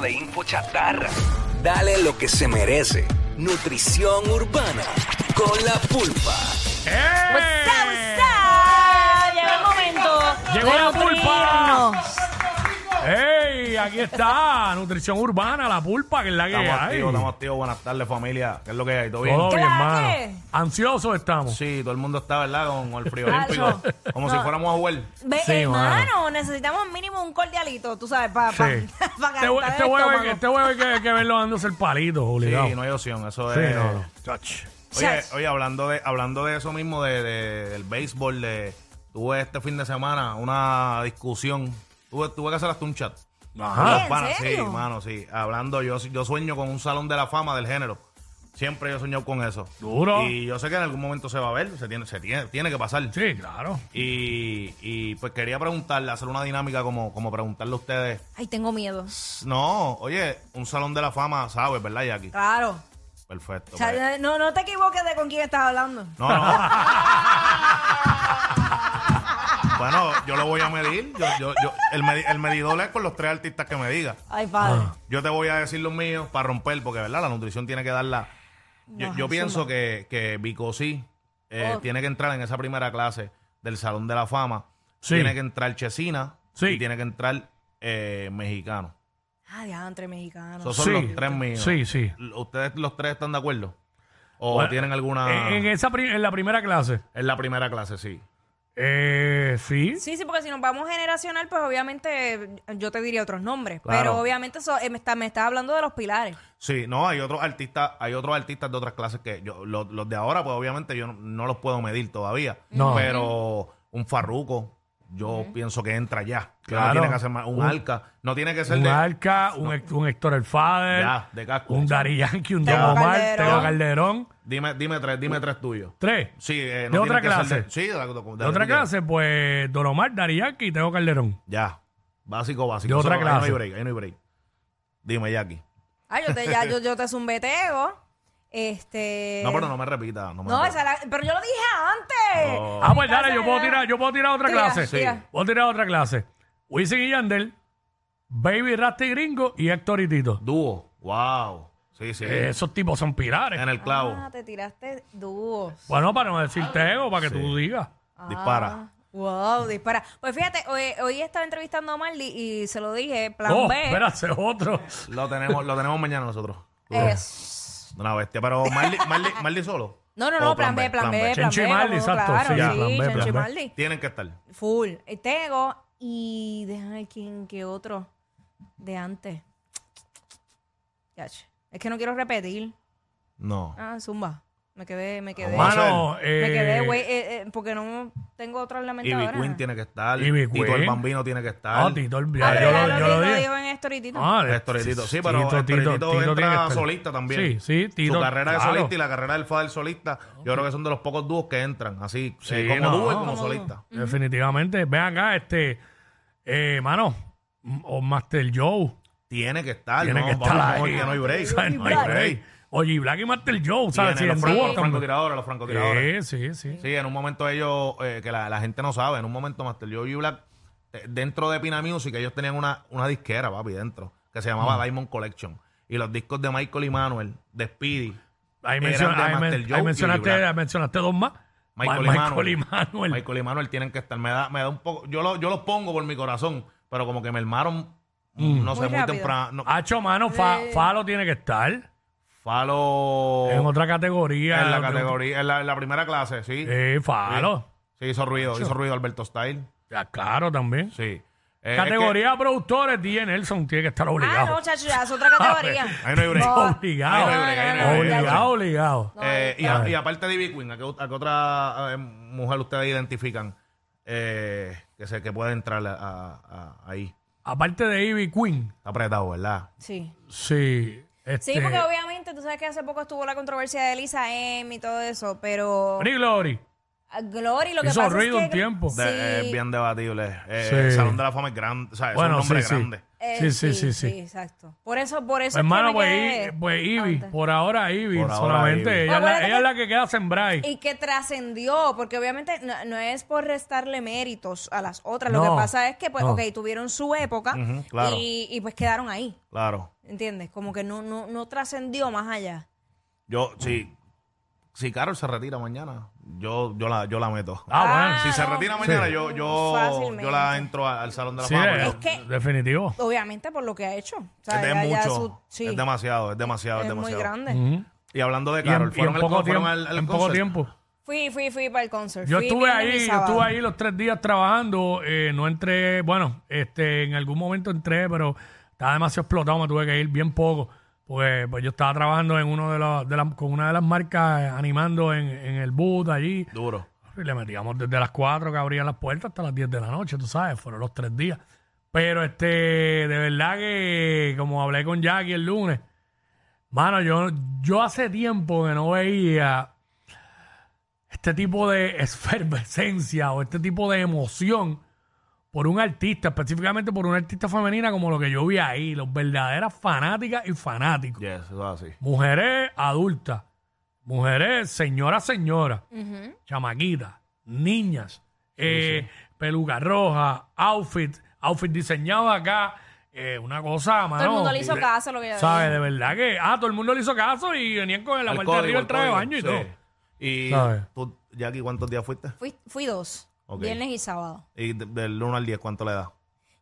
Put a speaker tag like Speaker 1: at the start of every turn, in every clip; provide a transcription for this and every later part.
Speaker 1: de info chatarra. Dale lo que se merece. Nutrición urbana con la pulpa.
Speaker 2: ¡Eh!
Speaker 3: What's up, what's up? Llegó el momento.
Speaker 2: Llegó
Speaker 3: de
Speaker 2: la pulpa.
Speaker 3: nutrirnos.
Speaker 2: ¡Ey! Aquí está, Nutrición Urbana, la pulpa, que es la que
Speaker 4: Estamos
Speaker 2: hay.
Speaker 4: activos, estamos activos. Buenas tardes, familia. ¿Qué es lo que hay? ¿Todo bien?
Speaker 2: Todo
Speaker 3: ¿Qué
Speaker 2: bien,
Speaker 3: la
Speaker 2: mano.
Speaker 3: que?
Speaker 2: Ansiosos estamos.
Speaker 4: Sí, todo el mundo está, ¿verdad? Con, con el frío olímpico.
Speaker 3: Nacho.
Speaker 4: Como
Speaker 3: Ah, No.
Speaker 4: si fuéramos a jugar.
Speaker 3: Ve,
Speaker 2: Sí,
Speaker 3: hermano, necesitamos mínimo un cordialito, tú sabes, para pa,
Speaker 2: Sí.
Speaker 3: pa
Speaker 2: Este hue-
Speaker 3: calentar
Speaker 2: Este
Speaker 3: el
Speaker 2: huevo hay
Speaker 3: estómago.
Speaker 2: que- este huevo hay que hay que verlo dándose el palito,
Speaker 4: Sí,
Speaker 2: obligado.
Speaker 4: no hay opción. Eso
Speaker 2: Sí,
Speaker 4: es.
Speaker 2: no, no.
Speaker 4: Oye,
Speaker 3: Chach.
Speaker 4: oye, hablando de, hablando de eso mismo, de, de- del béisbol, de, tuve este fin de semana una discusión. Tuve, tuve que hacer hasta un chat.
Speaker 2: Ajá.
Speaker 4: Los
Speaker 3: Ah. ¿En
Speaker 4: panas, sí,
Speaker 3: serio?
Speaker 4: mano, sí. Hablando, yo, yo sueño con un salón de la fama del género. Siempre yo he soñado con eso.
Speaker 2: Duro.
Speaker 4: Y yo sé que en algún momento se va a ver, se tiene, se tiene, tiene que pasar.
Speaker 2: Sí, claro.
Speaker 4: Y, y, pues quería preguntarle, hacer una dinámica como, como preguntarle a ustedes.
Speaker 3: Ay, tengo miedo.
Speaker 4: No, oye, un salón de la fama, ¿sabes, verdad, Jackie?
Speaker 3: Claro.
Speaker 4: Perfecto.
Speaker 3: O sea,
Speaker 4: pues.
Speaker 3: no, no te equivoques de con quién estás hablando.
Speaker 4: No, no. bueno, yo lo voy a medir. Yo, yo, yo- el, medi- el medidor es con los tres artistas que me diga.
Speaker 3: Ay, padre.
Speaker 4: Yo te voy a decir los míos para romper, porque, ¿verdad? La nutrición tiene que darla. Yo,
Speaker 3: No,
Speaker 4: yo
Speaker 3: eso
Speaker 4: pienso
Speaker 3: no.
Speaker 4: que, que Bicosí eh,
Speaker 3: Oh.
Speaker 4: tiene que entrar en esa primera clase del Salón de la Fama.
Speaker 2: Sí.
Speaker 4: Tiene que entrar Chesina.
Speaker 2: Sí.
Speaker 4: Y tiene que entrar eh, Mexicano.
Speaker 3: Ah, diantre mexicano.
Speaker 4: Esos son
Speaker 2: Sí.
Speaker 4: los tres míos.
Speaker 2: Sí, sí.
Speaker 4: ¿Ustedes los tres están de acuerdo? ¿O
Speaker 2: Bueno,
Speaker 4: tienen alguna...?
Speaker 2: Eh, En, en esa pri- en la primera clase.
Speaker 4: Es la primera clase, sí.
Speaker 2: Eh, sí.
Speaker 3: Sí, sí, porque si nos vamos generacional, pues obviamente yo te diría otros nombres.
Speaker 4: Claro.
Speaker 3: Pero obviamente eso, eh, me estás me está hablando de los pilares.
Speaker 4: Sí, no, hay otros artistas, hay otros artistas de otras clases que yo, los, los de ahora, pues obviamente yo no, no los puedo medir todavía.
Speaker 2: No.
Speaker 4: Pero un farruco, yo pienso que entra ya. Que
Speaker 2: Claro.
Speaker 4: No tiene que ser más, un,
Speaker 2: Un-
Speaker 4: alca, no tiene que ser
Speaker 2: Un
Speaker 4: de,
Speaker 2: Arca, un, Hec- un Héctor El Fader,
Speaker 4: ya, de casco.
Speaker 2: un Dari Yankee, un
Speaker 3: Tego
Speaker 2: Don Omar,
Speaker 3: Calderón.
Speaker 2: Tego Calderón.
Speaker 4: Dime, dime tres, dime tres tuyos.
Speaker 2: Tres.
Speaker 4: Sí, eh,
Speaker 2: ¿De
Speaker 4: no tiene
Speaker 2: otra
Speaker 4: que ser
Speaker 2: clase?
Speaker 4: de- sí, de, la- de-
Speaker 2: De otra
Speaker 4: de-
Speaker 2: clase, pues Don Omar, Dari Yankee y Tego Calderón.
Speaker 4: Ya, básico, básico.
Speaker 2: De otra
Speaker 4: Eso no-
Speaker 2: clase.
Speaker 4: Ahí no hay break, ahí no hay break. Dime, Jackie.
Speaker 3: Ah, yo te, ya, yo, yo te zumbeteo. Este.
Speaker 4: No, pero no me repita. No, me
Speaker 3: No,
Speaker 4: repita.
Speaker 3: esa era- pero yo lo dije antes.
Speaker 4: No.
Speaker 2: Ah, pues dale,
Speaker 3: Esa
Speaker 2: yo puedo
Speaker 3: era-
Speaker 2: tirar, yo puedo tirar otra
Speaker 3: Tira,
Speaker 2: clase.
Speaker 3: tira. Sí.
Speaker 2: Puedo tirar otra clase. Wisin y Yandel, Baby Rasty Gringo y Héctor y Tito.
Speaker 4: Dúo. Wow. Sí, sí.
Speaker 2: Eh, Esos tipos son pilares.
Speaker 4: En el Ah, clavo.
Speaker 3: Ah, te tiraste dúos. Ah,
Speaker 2: Bueno, para no decirte ego, para que tú digas.
Speaker 4: Dispara.
Speaker 3: Wow, dispara. Pues fíjate, hoy, hoy estaba entrevistando a Marley y se lo dije, plan
Speaker 2: Oh,
Speaker 3: B.
Speaker 2: espérate, otro.
Speaker 4: Lo tenemos, lo tenemos mañana nosotros.
Speaker 3: Es-
Speaker 4: Una bestia. Pero Marley, Marley, Marley solo.
Speaker 3: No, no,
Speaker 4: ¿O
Speaker 3: no, Oh, plan B, plan B, plan
Speaker 2: Chencho y
Speaker 3: B,
Speaker 2: Marley,
Speaker 3: no,
Speaker 2: exacto,
Speaker 3: Claro,
Speaker 2: sí,
Speaker 3: sí,
Speaker 2: ya, plan B,
Speaker 3: Chencho y
Speaker 2: plan B.
Speaker 3: Marley.
Speaker 4: Tienen que estar.
Speaker 3: Full. Eh, Tego y déjame ver quién, qué otro de antes. Yach, Es que no quiero repetir.
Speaker 4: No.
Speaker 3: Ah, zumba. Me quedé, me quedé.
Speaker 4: Vamos a
Speaker 2: Mano,
Speaker 3: Me quedé, güey,
Speaker 2: eh,
Speaker 3: eh, eh, porque no tengo otro en la mente
Speaker 4: Y Big
Speaker 3: ahora.
Speaker 4: Queen tiene que estar.
Speaker 2: Y Big
Speaker 4: Tito
Speaker 2: Queen.
Speaker 4: el Bambino tiene que estar.
Speaker 2: ah, Tito, olvida,
Speaker 3: Ah,
Speaker 2: yo,
Speaker 3: pero
Speaker 2: lo,
Speaker 3: ya
Speaker 2: yo lo dije.
Speaker 3: dijo en esto ahorita.
Speaker 2: Ah,
Speaker 4: Héctor y Tito. Sí, pero Héctor y Tito entra
Speaker 2: tiene que estar.
Speaker 4: solista
Speaker 2: Sí,
Speaker 4: también.
Speaker 2: sí, Tito.
Speaker 4: Su carrera de
Speaker 2: claro.
Speaker 4: solista y la carrera del Fader solista, yo creo que son de los pocos dúos que entran, así
Speaker 2: Sí,
Speaker 4: eh, como
Speaker 2: no.
Speaker 4: dúo y como,
Speaker 2: Como
Speaker 4: solista.
Speaker 2: Definitivamente. Ven acá, este, eh, mano, m- o Master Joe.
Speaker 4: Tiene que estar,
Speaker 2: Tiene
Speaker 4: no,
Speaker 2: que
Speaker 4: vamos,
Speaker 2: estar
Speaker 4: vamos,
Speaker 2: ahí.
Speaker 4: que no hay break.
Speaker 2: O sea, no hay break. Oye, y Black y Master Joe, ¿sabes? Sí,
Speaker 4: Tiene los,
Speaker 2: en
Speaker 4: franco-
Speaker 2: dúo
Speaker 4: los
Speaker 2: también.
Speaker 4: francotiradores, los francotiradores.
Speaker 2: Sí, sí, sí.
Speaker 4: Sí, en un momento ellos, eh, que la, la gente no sabe, en un momento Master Joe y Black, eh, dentro de Pina Music, ellos tenían una, una disquera, papi, dentro, que se llamaba
Speaker 2: Mm.
Speaker 4: Diamond Collection. Y los discos de Michael y Manuel, de Speedy,
Speaker 2: Ahí,
Speaker 4: Eran
Speaker 2: menciona-
Speaker 4: de
Speaker 2: ahí
Speaker 4: Master
Speaker 2: men-
Speaker 4: Joe
Speaker 2: ahí
Speaker 4: y
Speaker 2: mencionaste,
Speaker 4: Black.
Speaker 2: mencionaste dos más. Ma-
Speaker 4: Michael,
Speaker 2: Michael
Speaker 4: y
Speaker 2: y
Speaker 4: Manuel.
Speaker 2: Manuel.
Speaker 4: Michael y Manuel tienen que estar. Me da, me da un poco. Yo, lo, yo los pongo por mi corazón, pero como que me armaron,
Speaker 2: Mm.
Speaker 4: no sé,
Speaker 3: Muy
Speaker 4: muy,
Speaker 3: rápido.
Speaker 4: temprano. no.
Speaker 2: Hacho, mano, fa- Falo tiene que estar
Speaker 4: Falo.
Speaker 2: en otra categoría.
Speaker 4: Oh. en la
Speaker 2: otro-
Speaker 4: categoría, en la, en la primera clase, sí.
Speaker 2: Eh, Falo.
Speaker 4: Sí, hizo ruido, hizo ruido Alberto Style.
Speaker 2: Ya, claro, también.
Speaker 4: Sí. Eh, es que-
Speaker 2: categoría productores, DJ Nelson tiene que estar
Speaker 3: Ah,
Speaker 2: obligado.
Speaker 3: no, chacho, ya es otra categoría.
Speaker 4: ahí no hay break.
Speaker 3: No.
Speaker 2: Obligado.
Speaker 4: Ahí no hay break, ahí no hay break.
Speaker 2: obligado, obligado.
Speaker 3: No,
Speaker 4: Eh, y, a-
Speaker 2: claro.
Speaker 4: y aparte de Ivy Queen, ¿a qué, a qué otra eh, mujer ustedes identifican eh, que, se, que puede entrar a- a- a- ahí?
Speaker 2: Aparte de Ivy Queen.
Speaker 4: Está apretado, ¿verdad?
Speaker 3: Sí.
Speaker 2: Sí.
Speaker 3: Sí,
Speaker 2: este,
Speaker 3: porque obviamente tú sabes que hace poco estuvo la controversia de Lisa M y todo eso, pero
Speaker 2: Pretty Glory.
Speaker 3: a Glory, lo que
Speaker 2: Hizo
Speaker 3: pasa
Speaker 2: ruido
Speaker 3: es
Speaker 2: un
Speaker 3: que...
Speaker 2: tiempo.
Speaker 3: Sí.
Speaker 4: De- Es bien debatible. Eh,
Speaker 2: Sí.
Speaker 4: El Salón de la Fama es grande. O sea, es
Speaker 2: Bueno,
Speaker 4: un nombre
Speaker 2: sí, sí.
Speaker 4: grande.
Speaker 3: Eh,
Speaker 2: Sí, sí, sí, sí.
Speaker 3: exacto. Por eso, por eso. es que
Speaker 2: hermano,
Speaker 3: me
Speaker 2: pues,
Speaker 3: quedé
Speaker 2: I- pues Ivy,
Speaker 3: antes.
Speaker 2: por ahora Ivy,
Speaker 4: Por ahora
Speaker 2: solamente
Speaker 4: Ivy.
Speaker 2: ella, es la,
Speaker 3: Acuérdate
Speaker 2: ella es la que queda sembrada. ahí.
Speaker 3: Y que trascendió, porque obviamente no, no es por restarle méritos a las otras. Lo
Speaker 2: No,
Speaker 3: que pasa es que, pues,
Speaker 2: no.
Speaker 3: ok, tuvieron su época
Speaker 4: Ujú, claro.
Speaker 3: y, y, pues quedaron ahí.
Speaker 4: Claro.
Speaker 3: ¿Entiendes? Como que no, no, no trascendió más allá.
Speaker 4: Yo, si, si Carol se retira mañana, yo, yo, la, yo la meto.
Speaker 2: Ah, bueno,
Speaker 3: Ah,
Speaker 4: si se
Speaker 3: no.
Speaker 4: retira mañana,
Speaker 2: Sí.
Speaker 4: yo, yo,
Speaker 3: Fácilmente.
Speaker 4: yo la entro a- al Salón de la pues.
Speaker 2: sí,
Speaker 4: Fama.
Speaker 2: eh,
Speaker 4: porque
Speaker 3: Es que-
Speaker 2: definitivo.
Speaker 3: Obviamente por lo que ha hecho. O sea,
Speaker 4: es de
Speaker 3: ya- ya
Speaker 4: mucho.
Speaker 3: su- sí,
Speaker 4: Es demasiado, es demasiado, es,
Speaker 3: es muy
Speaker 4: demasiado.
Speaker 3: grande.
Speaker 2: Ujú.
Speaker 4: Y hablando de
Speaker 2: Y en, y
Speaker 4: Carol,
Speaker 2: en
Speaker 4: fueron al-
Speaker 2: poco
Speaker 4: fueron
Speaker 2: tiempo.
Speaker 4: al- al
Speaker 2: en poco
Speaker 4: concert.
Speaker 2: tiempo.
Speaker 3: Fui, fui, fui para el concert.
Speaker 2: Yo
Speaker 3: Fui
Speaker 2: estuve
Speaker 3: viernes y
Speaker 2: ahí, yo
Speaker 3: sábado.
Speaker 2: estuve ahí los tres días trabajando, eh, no entré, bueno, este, en algún momento entré, pero estaba demasiado explotado, me tuve que ir bien poco, pues, pues yo estaba trabajando en uno de los, de la- con una de las marcas, eh, animando en, en el boot allí,
Speaker 4: Duro.
Speaker 2: y le metíamos desde las 4 que abrían las puertas hasta las 10 de la noche, tú sabes, fueron los tres días. Pero este, de verdad que como hablé con Jackie el lunes, mano, yo, yo hace tiempo que no veía este tipo de efervescencia o este tipo de emoción por un artista, específicamente por una artista femenina como lo que yo vi ahí, los verdaderas fanáticas y fanáticos.
Speaker 4: Yes, eso es así.
Speaker 2: Mujeres adultas, mujeres señoras, señoras
Speaker 3: Ujú.
Speaker 2: chamaquitas, niñas, eh, peluca roja, outfit, outfit diseñado acá, eh, una cosa, mano.
Speaker 3: Todo el mundo le hizo
Speaker 2: de-
Speaker 3: caso a lo que yo
Speaker 2: ¿Sabes?
Speaker 3: dije.
Speaker 2: De verdad que. Ah, todo el mundo le hizo caso y venían con la
Speaker 4: Al
Speaker 2: parte de arriba
Speaker 4: código,
Speaker 2: el traje de
Speaker 4: al
Speaker 2: baño y
Speaker 4: código,
Speaker 2: todo.
Speaker 4: sí. Y
Speaker 2: ¿Sabes?
Speaker 4: tú, Jackie, ¿cuántos días fuiste?
Speaker 3: Fui, fui dos.
Speaker 4: Ok.
Speaker 3: Viernes y sábado.
Speaker 4: Y de- del 1 al 10, ¿cuánto le das?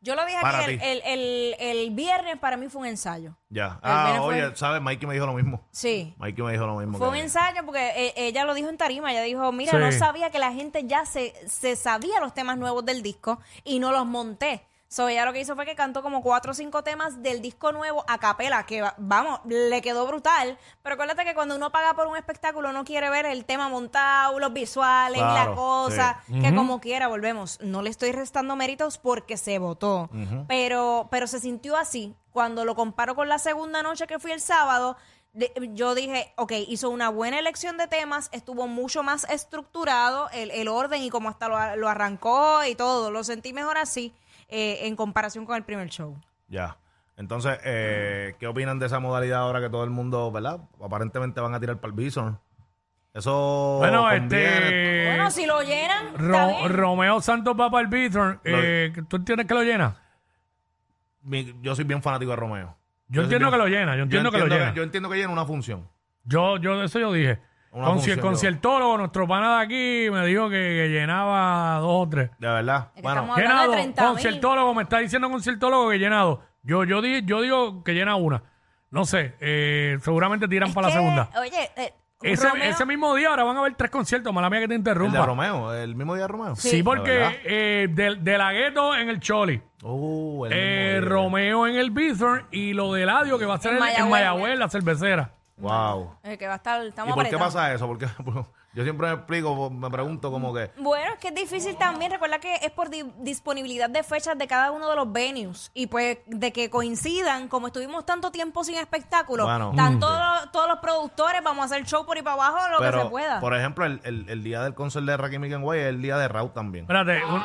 Speaker 3: Yo lo dije
Speaker 4: Para
Speaker 3: aquí, el,
Speaker 4: ti.
Speaker 3: el, el, el viernes para mí fue un ensayo.
Speaker 4: Ya.
Speaker 3: El
Speaker 4: Ah,
Speaker 3: viernes
Speaker 4: oye,
Speaker 3: fue-
Speaker 4: ¿sabes? Mikey me dijo lo mismo.
Speaker 3: Sí.
Speaker 4: Mikey me dijo lo mismo.
Speaker 3: Fue
Speaker 4: que-
Speaker 3: un ensayo porque eh, ella lo dijo en tarima, ella dijo, mira,
Speaker 2: Sí.
Speaker 3: no sabía que la gente ya se, se sabía los temas nuevos del disco y no los monté. So, ella lo que hizo fue que cantó como cuatro o cinco temas del disco nuevo a capela, que va- vamos, le quedó brutal. Pero acuérdate que cuando uno paga por un espectáculo, no quiere ver el tema montado, los visuales,
Speaker 4: Claro,
Speaker 3: la cosa,
Speaker 2: sí.
Speaker 3: que
Speaker 2: Ujú.
Speaker 3: como quiera, volvemos. No le estoy restando méritos porque se votó. pero, pero se sintió así. Cuando lo comparo con la segunda noche que fui el sábado, de- yo dije, ok, hizo una buena elección de temas, estuvo mucho más estructurado el, el orden y como hasta lo, a- lo arrancó y todo. Lo sentí mejor así eh, en comparación con el primer show.
Speaker 4: Ya. Entonces, eh, ¿qué opinan de esa modalidad ahora que todo el mundo, ¿verdad? Aparentemente van a tirar para el Bison. Eso.
Speaker 2: Bueno,
Speaker 4: Oh, conviene.
Speaker 2: este.
Speaker 3: bueno, si lo llenan, está
Speaker 2: Ro-
Speaker 3: bien.
Speaker 2: Romeo Santos va para el Beathorn. eh, ¿Tú entiendes que lo llena?
Speaker 4: Mi- yo soy bien fanático de Romeo.
Speaker 2: Yo
Speaker 4: soy
Speaker 2: entiendo
Speaker 4: bien-
Speaker 2: que lo llena, yo entiendo que lo llena.
Speaker 4: yo entiendo que llena una función.
Speaker 2: Yo, yo, eso yo dije.
Speaker 4: Una
Speaker 2: Conci-
Speaker 4: función, yo-
Speaker 2: conciertólogo, nuestro pana de aquí, me dijo que, que llenaba dos o tres.
Speaker 4: De verdad.
Speaker 3: Es que
Speaker 4: bueno,
Speaker 3: estamos hablando de
Speaker 2: Llenado,
Speaker 3: 30.000.
Speaker 2: conciertólogo, me está diciendo conciertólogo que llenado. Yo, yo, di- yo digo que llena una. No sé, eh, seguramente tiran
Speaker 3: Es
Speaker 2: para
Speaker 3: que,
Speaker 2: la segunda.
Speaker 3: Oye, eh,
Speaker 2: Ese,
Speaker 3: Romeo-
Speaker 2: ese mismo día ahora van a haber tres conciertos, mala mía que te
Speaker 4: el de
Speaker 2: interrumpa.
Speaker 4: Romeo, el mismo día de Romeo.
Speaker 2: sí,
Speaker 3: Sí.
Speaker 4: ¿Verdad?
Speaker 2: porque eh, de, de la gueto en el Choli,
Speaker 4: Uh, el
Speaker 2: eh,
Speaker 4: mismo día.
Speaker 2: Romeo en el Bithorn y lo de Eladio que va a ser
Speaker 3: En
Speaker 2: en, en
Speaker 3: Mayagüez.
Speaker 2: Mayagüez, la cervecera.
Speaker 4: Wow.
Speaker 3: eh, que va a estar,
Speaker 4: ¿Y
Speaker 3: estamos
Speaker 4: por qué
Speaker 3: apretados.
Speaker 4: pasa eso? Porque yo siempre me explico, pues, me pregunto como que.
Speaker 3: Bueno, es Mm. que es difícil también. Recuerda que es por di- disponibilidad de fechas de cada uno de los venues. Y pues de que coincidan, como estuvimos tanto tiempo sin espectáculo,
Speaker 4: Bueno,
Speaker 3: están
Speaker 4: mm,
Speaker 3: todos, los- todos los productores, vamos a hacer show por ahí para abajo, lo que se
Speaker 4: Pero,
Speaker 3: pueda.
Speaker 4: por ejemplo, el, el- el día del concert de Rakim y Kenway es el día de Raw también.
Speaker 2: Espérate, un-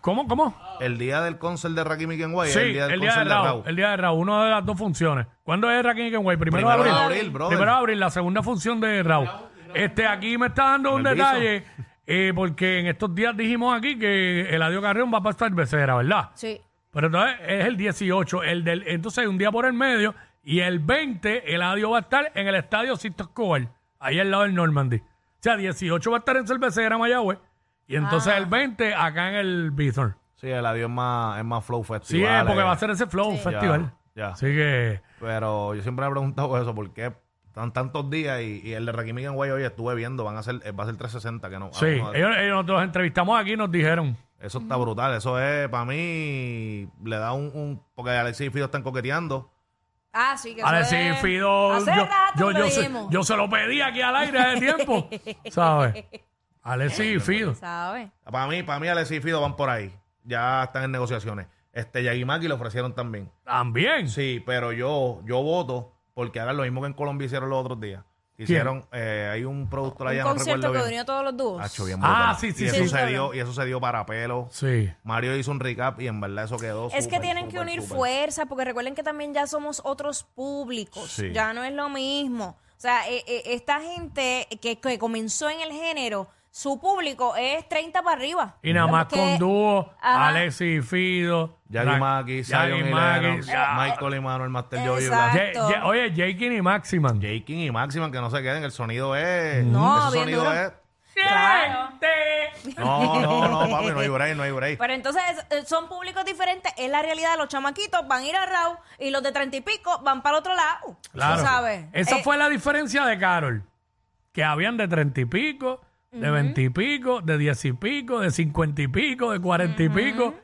Speaker 2: ¿cómo? ¿Cómo?
Speaker 4: El día del concert de Rakim y Kenway
Speaker 2: Sí,
Speaker 4: es el día del concert de Raw.
Speaker 2: El día de Raúl, una de las dos funciones. ¿Cuándo es Raquín y Kenway? Primero, de abril.
Speaker 4: brother.
Speaker 2: Primero de abril, la segunda función de Raúl. Este, aquí me está dando un
Speaker 4: el piso.
Speaker 2: detalle, eh, porque en estos días dijimos aquí que el Adiós Carrión va para estar becera, ¿verdad?
Speaker 3: sí.
Speaker 2: Pero entonces es el 18, el del, entonces un día por el medio, y el 20 el Adiós va a estar en el estadio Sisto Escobar, ahí al lado del Normandy. O sea, 18 va a estar en Cervecera, Mayagüez, y entonces el 20 acá en el Bison.
Speaker 4: Sí, el adiós es más, es más flow festival.
Speaker 2: Sí, es porque
Speaker 4: eh.
Speaker 2: va a ser ese Flow Festival.
Speaker 4: Ya, ya.
Speaker 2: Así que.
Speaker 4: Pero yo siempre me he preguntado eso, ¿por qué tan, tantos días? Y, y el de Rakim y Kenway, oye, estuve viendo, van a ser, eh, va a ser 360, que no.
Speaker 2: Sí,
Speaker 4: ah, no,
Speaker 2: ellos, ellos nos entrevistamos aquí y nos dijeron.
Speaker 4: Eso está brutal, eso es, para mí, le da un, un- porque Alexis y Fido están coqueteando.
Speaker 3: Ah, sí, que
Speaker 2: Ale,
Speaker 3: eso
Speaker 2: sí,
Speaker 3: es-
Speaker 2: Fido.
Speaker 3: Hace
Speaker 2: yo,
Speaker 3: rato
Speaker 2: yo,
Speaker 3: que
Speaker 2: yo
Speaker 3: lo
Speaker 2: se,
Speaker 3: dijimos.
Speaker 2: yo se lo pedí aquí al aire hace tiempo. ¿Sabes? Alexis y Fido.
Speaker 3: ¿Sabes?
Speaker 4: Para mí, para mí Alexis y Fido van por ahí, ya están en negociaciones. Este, Yagimaki le ofrecieron también.
Speaker 2: También.
Speaker 4: Sí, pero yo, yo voto porque hagan lo mismo que en Colombia hicieron los otros días. Hicieron, eh, hay un productor allá,
Speaker 3: Un
Speaker 4: no recuerdo
Speaker 3: concierto que
Speaker 4: bien.
Speaker 3: unió todos los dúos.
Speaker 4: Hacho, bien
Speaker 2: Ah,
Speaker 4: brutal.
Speaker 2: sí, sí,
Speaker 4: y
Speaker 2: sí.
Speaker 4: Eso
Speaker 3: Sí,
Speaker 4: se
Speaker 3: claro.
Speaker 4: dio, y eso se dio para pelo.
Speaker 2: Sí.
Speaker 4: Mario hizo un recap y en verdad eso quedó.
Speaker 3: Es que
Speaker 4: súper,
Speaker 3: tienen que
Speaker 4: súper,
Speaker 3: unir
Speaker 4: súper.
Speaker 3: fuerza, porque recuerden que también ya somos otros públicos.
Speaker 4: Sí.
Speaker 3: Ya no es lo mismo. O sea, e- e- esta gente que, que comenzó en el género, su público es 30 para arriba.
Speaker 2: Y nada más
Speaker 3: Porque-
Speaker 2: con dúo,
Speaker 3: Ajá.
Speaker 2: Alexis y Fido.
Speaker 4: Yagi
Speaker 2: Ra-
Speaker 4: Maki,
Speaker 2: Yagi eh,
Speaker 4: Zion y
Speaker 2: Maki,
Speaker 4: Lennox,
Speaker 2: ya-
Speaker 4: Michael y Manuel, Master Joey
Speaker 3: Exacto.
Speaker 4: Blas.
Speaker 2: Ye- ye- Oye, Jakin y Maximan.
Speaker 4: Jakin y Maximan, que no se queden, el sonido es.
Speaker 3: No,
Speaker 4: ese
Speaker 3: bien
Speaker 4: sonido
Speaker 3: duro.
Speaker 4: es.
Speaker 3: Claro.
Speaker 4: No, no, no, papi, no hay break, no hay break.
Speaker 3: Pero entonces eh, son públicos diferentes, es la realidad. Los chamaquitos van a ir a Raw y los de 30 y pico van para el otro lado.
Speaker 2: Claro.
Speaker 3: Tú ¿Sabes?
Speaker 2: Esa
Speaker 3: Eh,
Speaker 2: fue la diferencia de Carol. Que habían de treinta y pico, de veinte y pico, de diez y pico, de cincuenta y pico, de cuarenta y pico.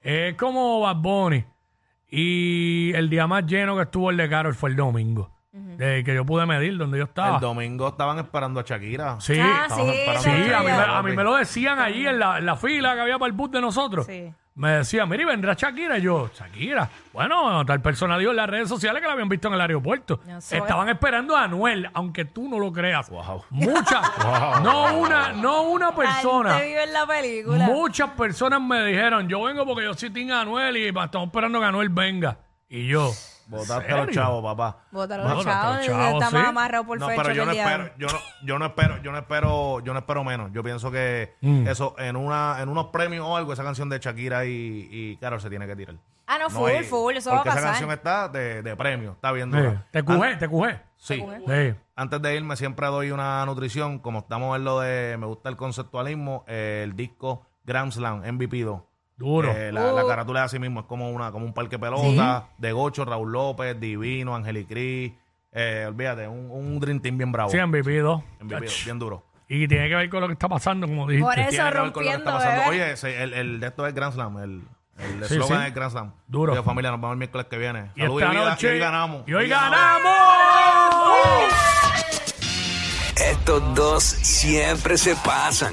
Speaker 2: Es como Bad Bunny. Y el día más lleno que estuvo el de Carol fue el domingo. de que yo pude medir donde yo estaba.
Speaker 4: El domingo estaban esperando a Shakira.
Speaker 2: Ah. Sí.
Speaker 3: Ah,
Speaker 4: Estaban
Speaker 3: sí,
Speaker 4: esperando
Speaker 2: Sí,
Speaker 3: Pero
Speaker 2: a mí, me,
Speaker 3: no,
Speaker 2: a mí me lo decían allí en la, en la fila que había para el bus de nosotros.
Speaker 3: Sí.
Speaker 2: Me decían, mire, vendrá Shakira. Y yo, Shakira. Bueno, tal persona dijo en las redes sociales que la habían visto en el aeropuerto.
Speaker 3: Ya sé.
Speaker 2: Estaban esperando a Anuel, aunque tú no lo creas.
Speaker 4: Wow.
Speaker 2: Muchas, no una, no una persona.
Speaker 3: Gente vive en la película.
Speaker 2: Muchas personas me dijeron, yo vengo porque yo sí tengo a Anuel y pa, estamos esperando que Anuel venga. Y yo,
Speaker 4: Botaste
Speaker 2: ¿en
Speaker 4: a los
Speaker 2: serio?
Speaker 4: chavos, papá.
Speaker 3: Botaron
Speaker 2: Bueno,
Speaker 3: los chavos,
Speaker 2: los chavos,
Speaker 3: está más
Speaker 2: sí.
Speaker 3: amarrado por
Speaker 4: No,
Speaker 3: fecha
Speaker 4: pero yo
Speaker 3: que
Speaker 4: no
Speaker 3: el diablo.
Speaker 4: espero, yo no, yo no espero, yo no espero, yo no espero menos. Yo pienso que
Speaker 2: Mm.
Speaker 4: eso en una, en unos premios o algo, esa canción de Shakira y, y Carol se tiene que tirar.
Speaker 3: Ah, no, full,
Speaker 4: hay-
Speaker 3: full, eso va a
Speaker 4: porque
Speaker 3: pasar.
Speaker 4: Esa canción está de, de premio, está bien
Speaker 2: Sí,
Speaker 4: dura.
Speaker 2: te
Speaker 4: An-
Speaker 2: cujé, te cujé.
Speaker 4: Sí.
Speaker 2: Sí.
Speaker 4: Antes de irme siempre doy una nutrición, como estamos en lo de me gusta el conceptualismo, eh, el disco Grand Slam MVP 2.
Speaker 2: Duro.
Speaker 4: Eh, la, la
Speaker 3: Uh.
Speaker 4: carátula de así mismo es como una como un parque pelota de Gocho, Raúl López, Divino, Angelicris. Eh, olvídate, un, un Dream Team bien bravo.
Speaker 2: Sí, MVP dos.
Speaker 4: MVP, bien duro.
Speaker 2: Y tiene que ver con lo que está pasando, como dijiste.
Speaker 3: Por eso
Speaker 4: Tiene que ver con lo que está
Speaker 3: rompiendo, ¿eh?
Speaker 4: pasando.
Speaker 3: bebé.
Speaker 4: Oye, ese- el, el de esto es Grand Slam. El, el
Speaker 2: Sí,
Speaker 4: eslogan
Speaker 2: sí.
Speaker 4: es Grand Slam.
Speaker 2: Duro.
Speaker 4: Oye, familia, nos vemos el miércoles que viene.
Speaker 2: Y
Speaker 4: Salud
Speaker 2: esta
Speaker 4: vida,
Speaker 2: noche.
Speaker 4: y hoy ganamos.
Speaker 2: Y hoy ganamos.
Speaker 1: Estos dos siempre se pasan.